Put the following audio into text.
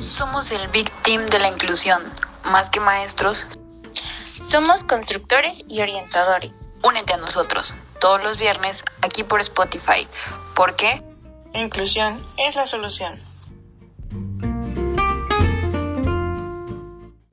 Somos el Big Team de la inclusión, más que maestros. Somos constructores y orientadores. Únete a nosotros todos los viernes aquí por Spotify. ¿Por qué? Inclusión es la solución.